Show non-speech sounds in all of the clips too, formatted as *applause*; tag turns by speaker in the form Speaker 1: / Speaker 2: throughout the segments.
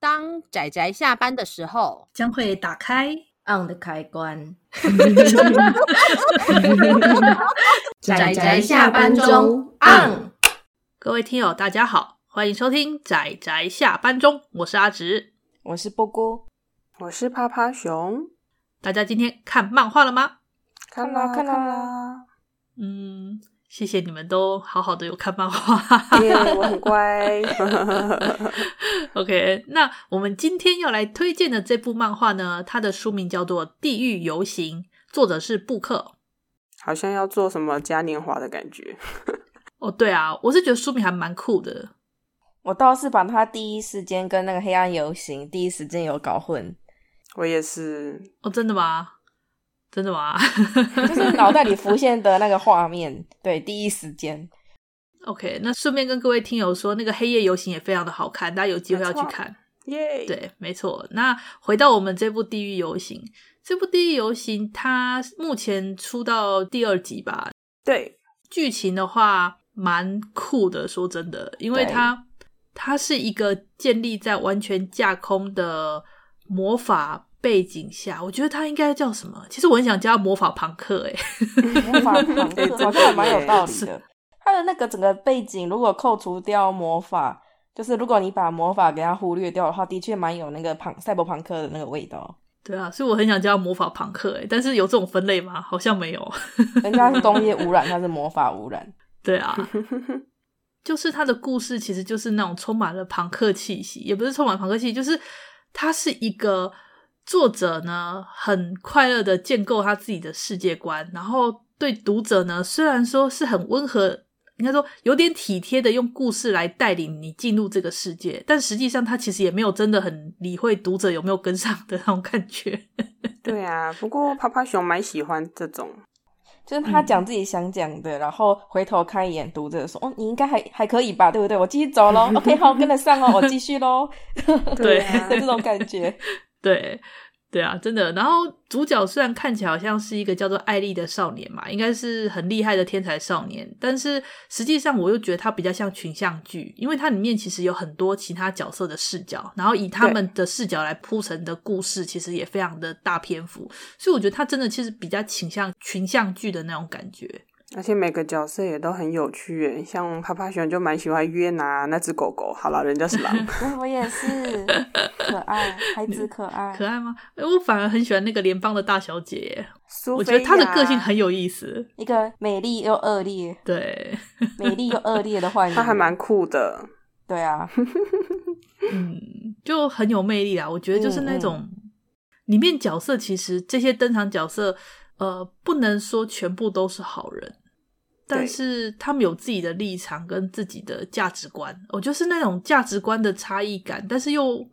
Speaker 1: 当仔仔下班的时候，
Speaker 2: 将会打
Speaker 3: *laughs*
Speaker 2: 开
Speaker 4: on 的开关。
Speaker 1: 宅宅下班中
Speaker 4: on。
Speaker 2: 各位听友，大家好，欢迎收听《仔仔下班中》，我是阿直。
Speaker 5: 我是波波，
Speaker 3: 我是趴趴熊，
Speaker 2: 大家今天看漫画了吗？
Speaker 3: 看
Speaker 5: 啦
Speaker 3: 啦
Speaker 5: 看啦
Speaker 3: 啦，
Speaker 2: 嗯，谢谢你们都好好的有看漫画。 *laughs*
Speaker 3: 耶，我很
Speaker 5: *laughs*
Speaker 3: 乖。
Speaker 2: OK，那我们今天要来推荐的这部漫画呢，它的书名叫做《地狱游行》，作者是布克。
Speaker 3: 好像要做什么嘉年华的感觉，
Speaker 2: 哦，对啊，我是觉得书名还蛮酷的。
Speaker 5: 我倒是把他第一时间跟那个黑暗游行第一时间有搞混，
Speaker 3: 我也是。
Speaker 2: 哦，真的吗？真的吗 *laughs*
Speaker 5: 就是脑袋里浮现的那个画面， *laughs* 对，第一时间。
Speaker 2: ？OK，那顺便跟各位听友说，那个《黑夜游行》也非常的好看，大家有机会要去
Speaker 3: 没错
Speaker 2: 看。
Speaker 3: 耶，，
Speaker 2: 对，没错。那回到我们这部《地狱游行》，这部《地狱游行》它目前出到第二集吧。
Speaker 3: 对，
Speaker 2: 剧情的话蛮酷的，说真的，因为
Speaker 5: 对
Speaker 2: 它它是一个建立在完全架空的魔法背景下，我觉得它应该叫什么？其实我很想叫它魔法朋克、欸， *laughs* 诶，
Speaker 5: 魔法旁
Speaker 3: 哎
Speaker 5: 克好像还蛮有道理
Speaker 3: 真
Speaker 5: *laughs* 的。他的那个整个背景，如果扣除掉魔法，就是如果你把魔法给它忽略掉的话，的确蛮有那个庞赛博朋克的那个味道。
Speaker 2: 对啊，所以我很想叫它魔法朋克、欸，诶，但是有这种分类吗？好像没有。
Speaker 5: 人家是工业污染，他是魔法污染。
Speaker 2: 对啊，就是他的故事其实就是那种充满了朋克气息，也不是充满朋克气息，就是他是一个作者呢，很快乐的建构他自己的世界观，然后对读者呢，虽然说是很温和。应该说有点体贴的用故事来带领你进入这个世界，但实际上他其实也没有真的很理会读者有没有跟上的那种感觉。
Speaker 3: 对啊。不过趴趴熊蛮喜欢这种，
Speaker 5: 就是他
Speaker 3: 嗯
Speaker 5: 讲自己想讲的，然后回头看一眼读者说：“哦，你应该还还可以吧，对不对？我继续走
Speaker 3: *laughs*
Speaker 5: 喽，OK，好，跟得上哦，我继续喽。
Speaker 3: 啊
Speaker 5: 的这种感
Speaker 3: *laughs*
Speaker 5: 觉，
Speaker 2: 对，对啊，真的。然后主角虽然看起来好像是一个叫做艾丽的少年嘛，应该是很厉害的天才少年，但是实际上我又觉得他比较像群像剧，因为它里面其实有很多其他角色的视角，然后以他们的视角来铺陈的故事，其实也非常的大篇幅，所以我觉得他真的其实比较倾向群像剧的那种感觉。
Speaker 3: 而且每个角色也都很有趣耶。像趴趴熊就蛮喜欢约拿那只狗狗，好了，人家是
Speaker 2: *laughs*
Speaker 3: 狼，
Speaker 5: 嗯我我也是，可爱，孩子可
Speaker 3: *laughs*
Speaker 5: 爱
Speaker 2: 可爱吗？诶我反而很喜欢那个联邦的大小姐耶，
Speaker 3: 苏
Speaker 2: 我觉
Speaker 3: 菲
Speaker 2: 得她的
Speaker 3: 亚
Speaker 2: 个性很有意思。
Speaker 5: 一个美丽又恶劣，
Speaker 2: 对，
Speaker 5: 美丽又恶劣的坏女
Speaker 3: 她
Speaker 5: 人，
Speaker 3: 还蛮酷的。
Speaker 5: 对啊，
Speaker 2: 嗯，就很有魅力啦。我觉得就是那
Speaker 5: 嗯嗯
Speaker 2: 种、里面角色，其实这些登场角色，呃，不能说全部都是好人，但
Speaker 3: 对
Speaker 2: 是他们有自己的立场跟自己的价值观。我就是那种价值观的差异感，但是又，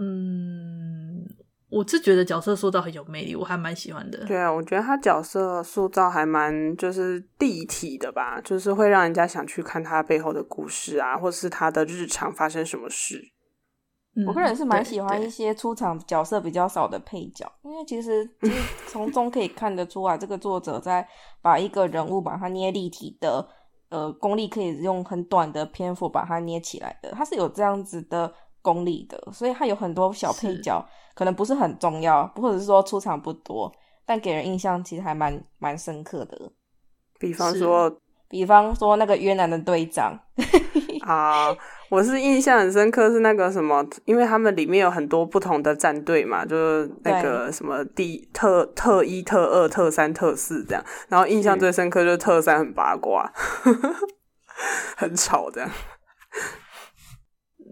Speaker 2: 嗯，我是觉得角色塑造很有魅力，我还蛮喜欢的。
Speaker 3: 对啊，我觉得她角色塑造还蛮就是立体的吧，就是会让人家想去看她背后的故事啊，或是她的日常发生什么事。
Speaker 2: 嗯
Speaker 5: 我个人是蛮喜欢
Speaker 2: 对
Speaker 5: 一些出场角色比较少的配角，因为其实其实 *laughs* 从中可以看得出来，这个作者在把一个人物把它捏立体的，呃，功力可以用很短的篇幅把它捏起来的，他是有这样子的功力的，所以他有很多小配
Speaker 2: 是
Speaker 5: 角可能不是很重要，或者是说出场不多，但给人印象其实还蛮蛮深刻的。
Speaker 3: 比方
Speaker 2: 是
Speaker 3: 说
Speaker 5: 比方说那个越南的队长，
Speaker 3: *laughs* 啊、我是印象很深刻是那个什么，因为他们里面有很多不同的战队嘛，就是那个什么第特特一、特二、特三、特四这样。然后印象
Speaker 5: 是
Speaker 3: 最深刻就是特三很八卦， *laughs* 很吵这样。
Speaker 2: 对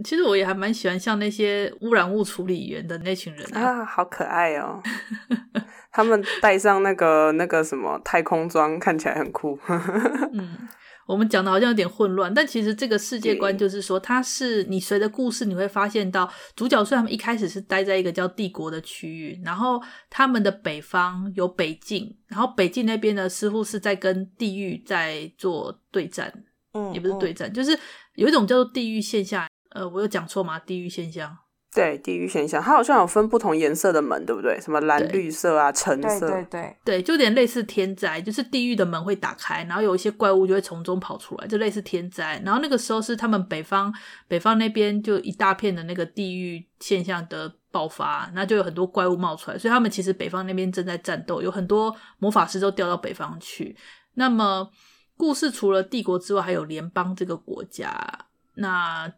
Speaker 2: 其实我也还蛮喜欢像那些污染物处理员的那群人啊，
Speaker 3: 啊，好可爱哦！他们戴上那个那个什么太空装，看起来很酷。 *laughs*
Speaker 2: 嗯，我们讲的好像有点混乱，但其实这个世界观就是说，它是你随着故事你会发现到，主角虽然一开始是待在一个叫帝国的区域，然后他们的北方有北境，然后北境那边呢似乎是在跟地狱在做对战，
Speaker 5: 嗯，
Speaker 2: 也不是
Speaker 5: 嗯
Speaker 2: 对，战，就是有一种叫做地狱现象。呃，我有讲错吗？地狱现象
Speaker 3: 对，地狱选项，它好像有分不同颜色的门，对不对？什么蓝、
Speaker 2: 对
Speaker 3: 绿色啊，橙
Speaker 5: 对
Speaker 3: 色。
Speaker 5: 对对，
Speaker 2: 对，就有点类似天灾，就是地狱的门会打开，然后有一些怪物就会从中跑出来，就类似天灾。然后那个时候是他们北方北方那边就一大片的那个地狱现象的爆发，那就有很多怪物冒出来，所以他们其实北方那边正在战斗，有很多魔法师都调到北方去。那么故事除了帝国之外，还有联邦这个国家。那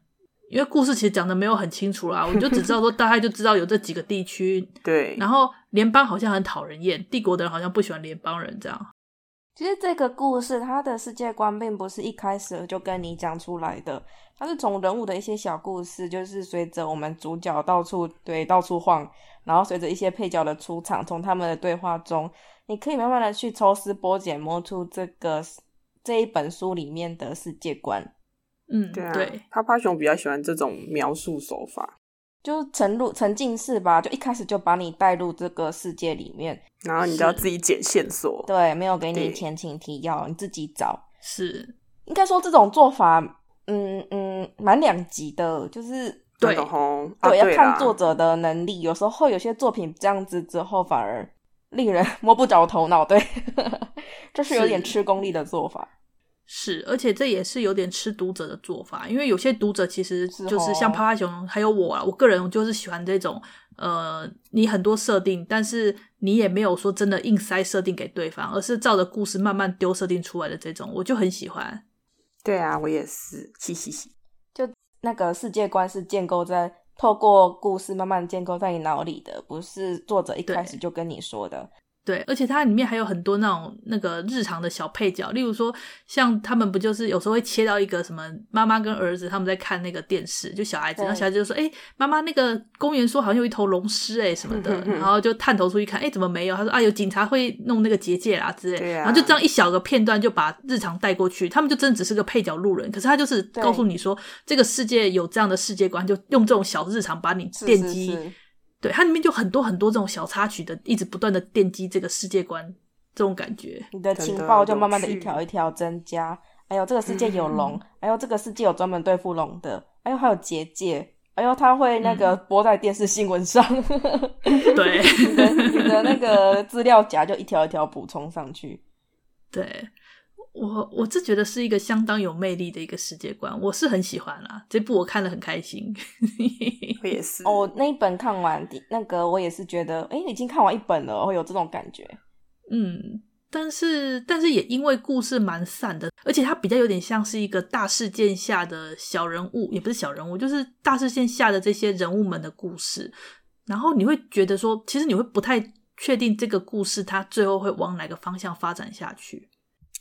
Speaker 2: 因为故事其实讲的没有很清楚啦，我就只知道说大概就知道有这几个地区，
Speaker 3: *laughs* 对
Speaker 2: 然后联邦好像很讨人厌，帝国的人好像不喜欢联邦人这样。
Speaker 5: 其实这个故事它的世界观并不是一开始就跟你讲出来的，它是从人物的一些小故事，就是随着我们主角到处对到处晃，然后随着一些配角的出场，从他们的对话中，你可以慢慢的去抽丝剥茧，摸出这个这一本书里面的世界观。
Speaker 2: 嗯，
Speaker 3: 对啊
Speaker 2: 对，
Speaker 3: 趴趴熊比较喜欢这种描述手法，
Speaker 5: 就是沉入沉浸式吧，就一开始就把你带入这个世界里面，
Speaker 3: 然后你就要自己捡线索。
Speaker 5: 对，没有给你
Speaker 3: 对
Speaker 5: 前情提要，你自己找。
Speaker 2: 是，
Speaker 5: 应该说这种做法，嗯嗯，蛮两极的，就是
Speaker 2: 对
Speaker 3: 那个吼啊
Speaker 5: 对、
Speaker 3: 对
Speaker 5: 要看
Speaker 3: 啦
Speaker 5: 作者的能力，有时候有些作品这样子之后反而令人摸不着头脑，对， *laughs* 这是有点
Speaker 2: 是
Speaker 5: 吃功力的做法，
Speaker 2: 是，而且这也是有点吃读者的做法，因为有些读者其实
Speaker 5: 是
Speaker 2: 就是
Speaker 5: 哦
Speaker 2: 像趴趴熊，还有我啊，我个人就是喜欢这种，呃，你很多设定，但是你也没有说真的硬塞设定给对方，而是照着故事慢慢丢设定出来的这种，我就很喜欢。
Speaker 3: 对啊，我也是，嘻嘻嘻。
Speaker 5: 那个世界观是建构在透过故事慢慢建构在你脑里的，不是作者一
Speaker 2: 对
Speaker 5: 开始就跟你说的。
Speaker 2: 对，而且它里面还有很多那种那个日常的小配角，例如说像他们不就是有时候会切到一个什么妈妈跟儿子他们在看那个电视，就小孩子，
Speaker 5: 对
Speaker 2: 然后小孩子就说：“哎、妈妈，那个公园说好像有一头龙狮哎什么
Speaker 5: 嗯
Speaker 2: 的。”然后就探头出去看，哎、怎么没有？他说：“啊，有警察会弄那个结界啦之类。
Speaker 3: 对啊
Speaker 2: 然后就这样一小个片段就把日常带过去，他们就真的只是个配角路人，可是他就是
Speaker 5: 对
Speaker 2: 告诉你说这个世界有这样的世界观，就用这种小日常把你
Speaker 5: 是
Speaker 2: 奠
Speaker 5: 是
Speaker 2: 基。
Speaker 5: 是
Speaker 2: 对，它里面就很多很多这种小插曲的，一直不断的奠基这个世界观，这种感觉。
Speaker 5: 你的
Speaker 3: 真
Speaker 5: 情
Speaker 3: 的
Speaker 5: 报就
Speaker 3: 有
Speaker 5: 慢慢的一
Speaker 3: 趣嗯
Speaker 5: 条一条增加。哎呦，这个世界有龙，哎呦，这个世界有专门对付龙的，哎呦，还有结界，哎呦，他会那个
Speaker 3: 嗯
Speaker 5: 播在电视新闻上， *laughs*
Speaker 2: 对 *laughs*
Speaker 5: 你的你的那个资料夹就一条一条补充上去。
Speaker 2: 对，我我是觉得是一个相当有魅力的一个世界观，我是很喜欢啦、这部我看了很开心。
Speaker 3: 我也是。
Speaker 5: *laughs* 哦，那一本看完，第那个我也是觉得，哎，已经看完一本了，会有这种感觉。
Speaker 2: 嗯，但是但是也因为故事蛮散的，而且它比较有点像是一个大事件下的小人物，也不是小人物，就是大事件下的这些人物们的故事。然后你会觉得说，其实你会不太确定这个故事它最后会往哪个方向发展下去。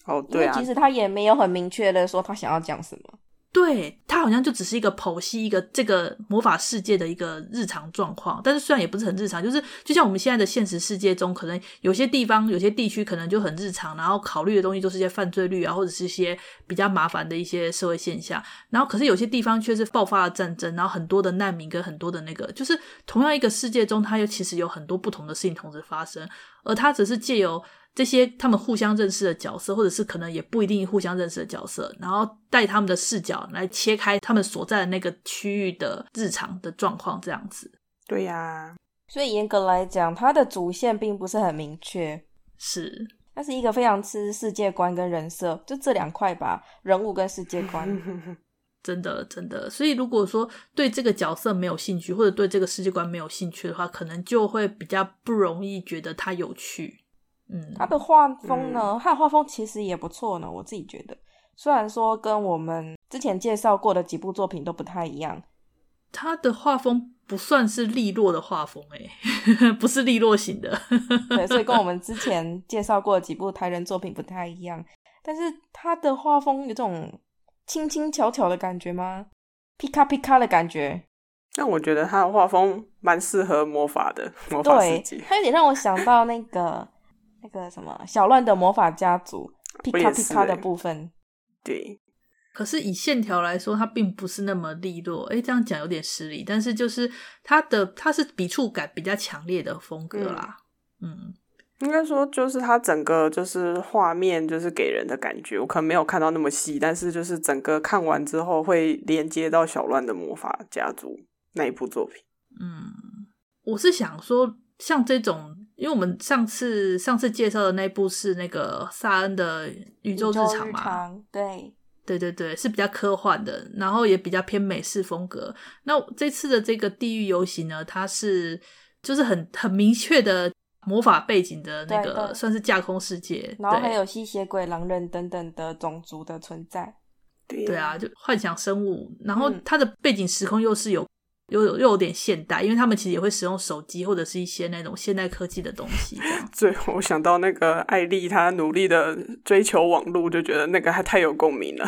Speaker 3: 哦，
Speaker 5: 因
Speaker 3: 对
Speaker 5: 为
Speaker 3: 啊
Speaker 5: 其，实他也没有很明确的说他想要讲什么。
Speaker 2: 对，它好像就只是一个剖析一个这个魔法世界的一个日常状况，但是虽然也不是很日常，就是就像我们现在的现实世界中，可能有些地方、有些地区可能就很日常，然后考虑的东西都是一些犯罪率啊，或者是一些比较麻烦的一些社会现象。然后可是有些地方却是爆发了战争，然后很多的难民跟很多的那个，就是同样一个世界中，它又其实有很多不同的事情同时发生，而他只是借由这些他们互相认识的角色，或者是可能也不一定互相认识的角色，然后带他们的视角来切开他们所在的那个区域的日常的状况，这样子
Speaker 3: 对呀、
Speaker 5: 所以严格来讲，他的主线并不是很明确。
Speaker 2: 是
Speaker 5: 它是一个非常吃世界观跟人设，就这两块吧，人物跟世界
Speaker 3: 嗯
Speaker 5: 观。
Speaker 3: *laughs*
Speaker 2: 真的真的。所以如果说对这个角色没有兴趣，或者对这个世界观没有兴趣的话，可能就会比较不容易觉得它有趣。嗯，
Speaker 5: *laughs* 它的画风
Speaker 3: 嗯
Speaker 5: 呢，它的画风其实也不错呢，我自己觉得。虽然说跟我们之前介绍过的几部作品都不太一样， *laughs*
Speaker 2: 他的画风不算是利落的画风、欸， *laughs* 不是利落型的。
Speaker 5: 对，所以跟我们之前介绍过的几部台人作品不太一样，但是它的画风有种轻轻巧巧的感觉吗？皮卡皮卡的感觉，
Speaker 3: 但我觉得他的画风蛮适合魔法的魔法世
Speaker 5: 对
Speaker 3: 界，。
Speaker 5: 它有点让我想到那个那个什么小乱的魔法家族皮
Speaker 3: *laughs* 我也
Speaker 5: 卡皮
Speaker 3: 是
Speaker 5: 卡
Speaker 3: 欸
Speaker 5: 的部分。
Speaker 3: 对，
Speaker 2: 可是以线条来说，它并不是那么利落。诶，这样讲有点失礼，但是就是它的它是笔触感比较强烈的风格啦。嗯，
Speaker 3: 应该说，就是它整个就是画面，就是给人的感觉，我可能没有看到那么细，但是就是整个看完之后会连接到小乱的魔法家族那一部作品。
Speaker 2: 嗯，我是想说，像这种，因为我们上次上次介绍的那部是那个萨恩的《宇宙日
Speaker 5: 宇
Speaker 2: 常》
Speaker 5: 日
Speaker 2: 嘛，
Speaker 5: 常对，
Speaker 2: 对对对，是比较科幻的，然后也比较偏美式风格。那这次的这个《地狱游行》呢，它是就是很很明确的魔法背景的那
Speaker 5: 对
Speaker 2: 个，
Speaker 5: 对
Speaker 2: 算是架空世界，
Speaker 5: 然后还
Speaker 2: 对
Speaker 5: 有吸血鬼、狼人等等的种族的存在。
Speaker 3: 对。
Speaker 2: 对啊，就幻想生物，然后
Speaker 5: 嗯
Speaker 2: 它的背景时空又是有又有又有点现代，因为他们其实也会使用手机或者是一些那种现代科技的东西这样
Speaker 3: 最后我想到那个艾丽，她努力的追求网络，就觉得那个还太有共鸣
Speaker 5: *laughs*
Speaker 3: 了。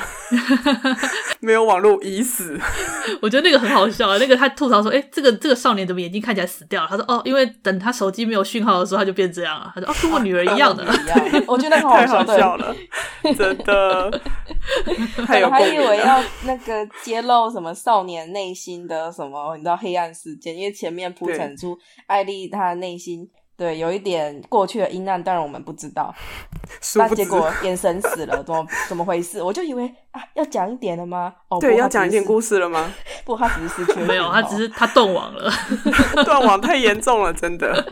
Speaker 3: 没有网络已死，
Speaker 2: *laughs* 我觉得那个很好笑啊，那个他吐槽说：“哎、这个这个少年怎么眼睛看起来死掉了？”他说：“哦，因为等他手机没有讯号的时候，他就变这样了。”他说：“哦，跟我女儿一 *laughs* 样的。
Speaker 5: 一样，我觉得很好
Speaker 3: 太
Speaker 5: 笑
Speaker 3: 好
Speaker 5: 的。
Speaker 3: 笑了，真
Speaker 5: *laughs*
Speaker 3: 的太有
Speaker 5: 我
Speaker 3: 共
Speaker 5: 还以
Speaker 3: 鸣
Speaker 5: 为
Speaker 3: 了。
Speaker 5: 要那个揭露什么少年内心的什么，你知道黑暗事件，因为前面铺陈出艾丽她内心对有一点过去的阴暗，当然我们不知道，
Speaker 3: 殊
Speaker 5: 但
Speaker 3: 不
Speaker 5: 结
Speaker 3: 知，
Speaker 5: 果眼神死了，怎么怎么回事？我就以为啊要讲一点了吗？哦，
Speaker 3: 对，
Speaker 5: 不
Speaker 3: 要讲一点故
Speaker 5: 事，
Speaker 3: 事了吗？ *laughs*
Speaker 5: 不，他只是失去了哦
Speaker 2: 没有，
Speaker 5: 讯
Speaker 2: 他
Speaker 5: 号
Speaker 2: 只是他断网了。
Speaker 3: 断网太严重了，真的。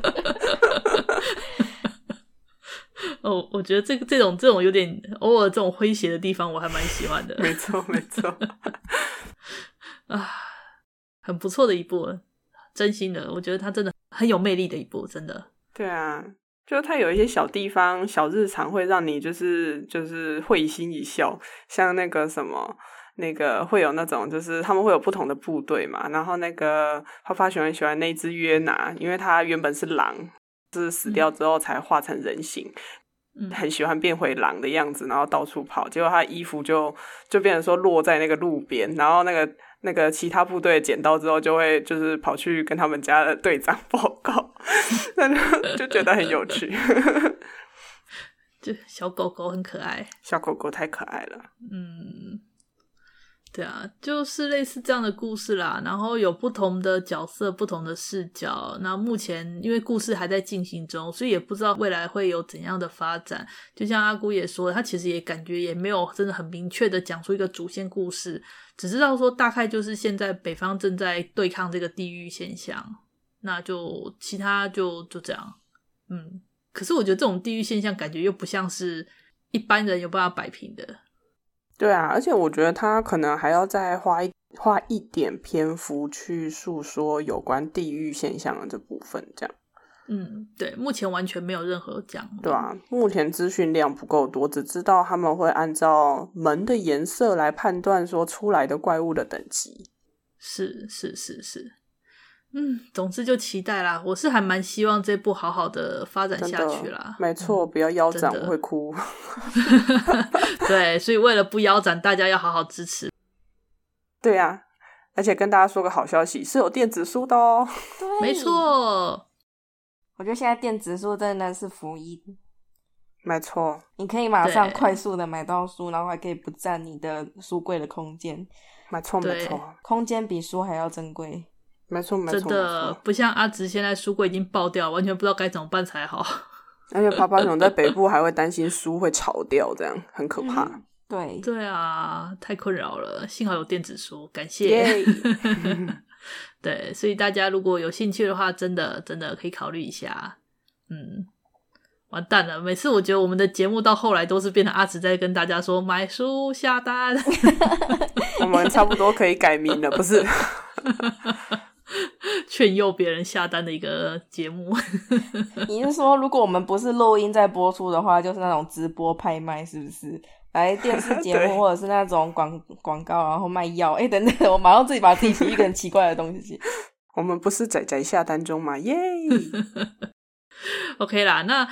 Speaker 2: 哦，我觉得这个这种这种有点偶尔这种诙谐的地方，我还蛮喜欢的
Speaker 3: 没错，没错。
Speaker 2: 啊，很不错的一部，真心的，我觉得他真的很有魅力的一部，真的。
Speaker 3: 对啊，就是它有一些小地方、小日常会让你就是就是会心一笑，像那个什么。那个会有那种，就是他们会有不同的部队嘛，然后那个花花熊很喜欢那只约拿，因为它原本是狼，就是死掉之后才化成人形，
Speaker 2: 嗯，
Speaker 3: 很喜欢变回狼的样子，然后到处跑，结果他衣服就就变成说落在那个路边，然后那个那个其他部队捡到之后，就会就是跑去跟他们家的队长报告， *laughs* 那就就觉得很有趣。
Speaker 2: 就小狗狗很可爱。
Speaker 3: 小狗狗太可爱了，
Speaker 2: 嗯，对啊，就是类似这样的故事啦。然后有不同的角色、不同的视角。那目前因为故事还在进行中，所以也不知道未来会有怎样的发展。就像阿姑也说，她其实也感觉也没有真的很明确的讲出一个主线故事，只知道说大概就是现在北方正在对抗这个地狱现象。那就其他就就这样，嗯。可是我觉得这种地狱现象感觉又不像是一般人有办法摆平的，
Speaker 3: 对啊，而且我觉得他可能还要再花一花一点篇幅去诉说有关地域现象的这部分，这样。
Speaker 2: 嗯，对，目前完全没有任何讲。
Speaker 3: 对啊，目前资讯量不够多，只知道他们会按照门的颜色来判断说出来的怪物的等级。
Speaker 2: 是是是是，嗯，总之就期待啦。我是还蛮希望这部好好的发展
Speaker 3: 真
Speaker 2: 下
Speaker 3: 的
Speaker 2: 去啦，。嗯
Speaker 3: 没错，不要腰斩，
Speaker 2: 真的
Speaker 3: 我会哭。
Speaker 2: *laughs*
Speaker 3: *laughs*
Speaker 2: 对，所以为了不腰斩，大家要好好支持。
Speaker 3: 对啊，而且跟大家说个好消息，是有电子书的哦。 *laughs*
Speaker 5: 对，
Speaker 2: 没。错，
Speaker 5: 我觉得现在电子书真的是福音，
Speaker 3: 没错，
Speaker 5: 你可以马上
Speaker 2: 对
Speaker 5: 快速的买到书，然后还可以不占你的书柜的空间，
Speaker 3: 没错，
Speaker 2: 对
Speaker 3: 没错，
Speaker 5: 空间比书还要珍贵。
Speaker 3: 没错，嗯没
Speaker 2: 真
Speaker 3: 错，没
Speaker 2: 的
Speaker 3: 错。
Speaker 2: 不像阿直，现在书柜已经爆掉，完全不知道该怎么办才好。 *laughs*
Speaker 3: 而且爬爬熊在北部还会担心书会潮掉，这
Speaker 4: *laughs*
Speaker 3: 样很可怕。
Speaker 4: 嗯
Speaker 5: 对，
Speaker 2: 对啊，太困扰了，幸好有电子书，感谢。
Speaker 3: 耶
Speaker 2: *laughs* 对，所以大家如果有兴趣的话，真的真的可以考虑一下。嗯，完蛋了，每次我觉得我们的节目到后来都是变成阿紫在跟大家说买书下单。
Speaker 3: *laughs*
Speaker 2: *laughs*
Speaker 3: 我们差不多可以改名了，不是？
Speaker 2: 劝诱别人下单的一个节目。
Speaker 5: 你是说如果我们不是录音在播出的话，就是那种直播拍卖，是不是？来电视节
Speaker 3: 对
Speaker 5: 目或者是那种广广告，然后卖药，哎、等等，我马上自己把自己起一个很奇怪的东西。
Speaker 3: 我们不是仔仔下单中吗？耶！ *laughs*
Speaker 2: *laughs* OK 啦，那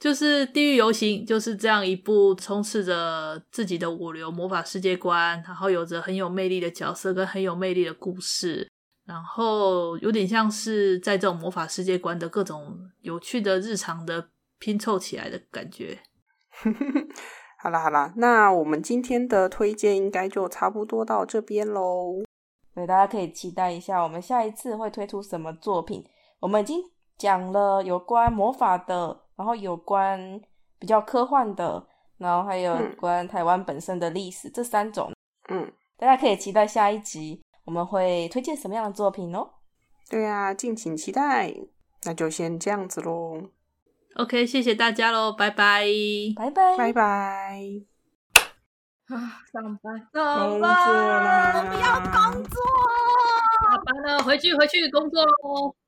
Speaker 2: 就是《地狱游行》就是这样一部充斥着自己的五流魔法世界观，然后有着很有魅力的角色跟很有魅力的故事，然后有点像是在这种魔法世界观的各种有趣的日常的拼凑起来的感觉。
Speaker 3: 好啦好啦，那我们今天的推荐应该就差不多到这边喽。
Speaker 5: 对，大家可以期待一下，我们下一次会推出什么作品。我们已经讲了有关魔法的，然后有关比较科幻的，然后还有
Speaker 3: 嗯
Speaker 5: 关台湾本身的历史，这三种，
Speaker 3: 嗯，
Speaker 5: 大家可以期待下一集我们会推荐什么样的作品哦。
Speaker 3: 对啊，敬请期待。那就先这样子喽，
Speaker 2: OK，谢谢大家喽，拜拜。
Speaker 5: 拜拜，
Speaker 3: 拜拜。
Speaker 1: 啊，上班
Speaker 2: 走
Speaker 3: 工作
Speaker 2: 吧，
Speaker 3: 啦！
Speaker 4: 不要工作。
Speaker 2: 下班了，回去回去工作喽。